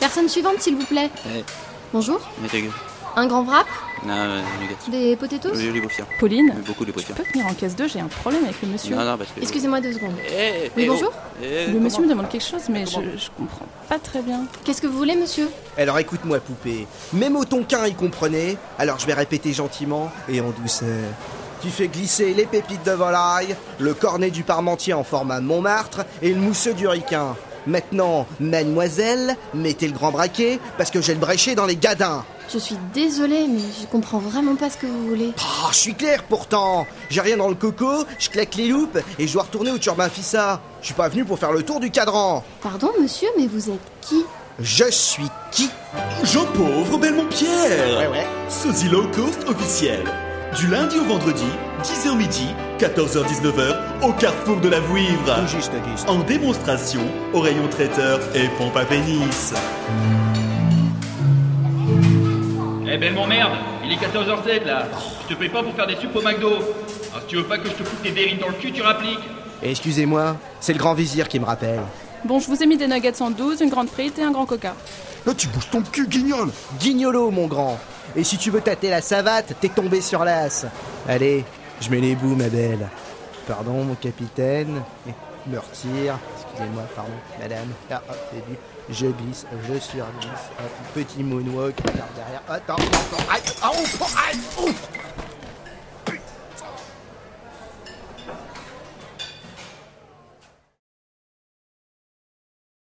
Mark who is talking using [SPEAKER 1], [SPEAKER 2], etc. [SPEAKER 1] Personne suivante, s'il vous plaît.
[SPEAKER 2] Eh,
[SPEAKER 1] Bonjour.
[SPEAKER 2] mais ta gueule.
[SPEAKER 1] Un grand wrap
[SPEAKER 2] Non, euh, les gars.
[SPEAKER 1] Des potatoes
[SPEAKER 2] Je les préfère.
[SPEAKER 3] Pauline,
[SPEAKER 2] Beaucoup les
[SPEAKER 3] tu
[SPEAKER 2] préfère.
[SPEAKER 3] peux tenir en caisse 2, j'ai un problème avec le monsieur.
[SPEAKER 2] Non, non, parce que.
[SPEAKER 1] Excusez-moi deux secondes.
[SPEAKER 2] Eh,
[SPEAKER 1] Oui,
[SPEAKER 2] eh, oh.
[SPEAKER 1] bonjour.
[SPEAKER 2] Eh,
[SPEAKER 3] Le
[SPEAKER 2] comment-
[SPEAKER 3] monsieur me demande quelque chose, mais
[SPEAKER 2] Comment
[SPEAKER 3] je, je comprends pas très bien.
[SPEAKER 1] Qu'est-ce que vous voulez, monsieur
[SPEAKER 4] Alors écoute-moi, poupée. Même au tonquin, il comprenait. Alors je vais répéter gentiment et en douceur. Tu fais glisser les pépites de volaille, le cornet du parmentier en format Montmartre et le mousseux du riquin. Maintenant, mademoiselle, mettez le grand braquet parce que j'ai le bréché dans les gadins.
[SPEAKER 1] Je suis désolée, mais je comprends vraiment pas ce que vous voulez.
[SPEAKER 4] Ah, je suis clair pourtant. J'ai rien dans le coco, je claque les loupes et je dois retourner au turbin Fissa. Je suis pas venu pour faire le tour du cadran.
[SPEAKER 1] Pardon, monsieur, mais vous êtes qui
[SPEAKER 4] Je suis qui
[SPEAKER 5] Jean Pauvre Belmont-Pierre
[SPEAKER 4] Ouais, ouais.
[SPEAKER 5] Sosie Low Cost officiel. Du lundi au vendredi, 10h midi, 14h-19h, au carrefour de la Vouivre.
[SPEAKER 4] Tout juste, Auguste.
[SPEAKER 5] En démonstration au rayon traiteur et pompe à pénis.
[SPEAKER 6] Eh ben mon merde, il est 14h07 là. Je te paye pas pour faire des soupes au McDo. Ah, si tu veux pas que je te foute tes dérives dans le cul, tu rappliques.
[SPEAKER 4] Excusez-moi, c'est le grand vizir qui me rappelle.
[SPEAKER 3] Bon, je vous ai mis des nuggets 112, une grande frite et un grand coca.
[SPEAKER 7] Là, tu bouges ton cul, guignol
[SPEAKER 4] Guignolo, mon grand. Et si tu veux tâter la savate, t'es tombé sur l'as. Allez, je mets les bouts, ma belle. Pardon, mon capitaine. Eh, Me retire. Excusez-moi, pardon, madame. Ah, hop, c'est dû. Je glisse, je surglisse. Hop, petit moonwalk. Regarde derrière. Attends, attends. Aïe, ah, oh, oh, aïe, oh.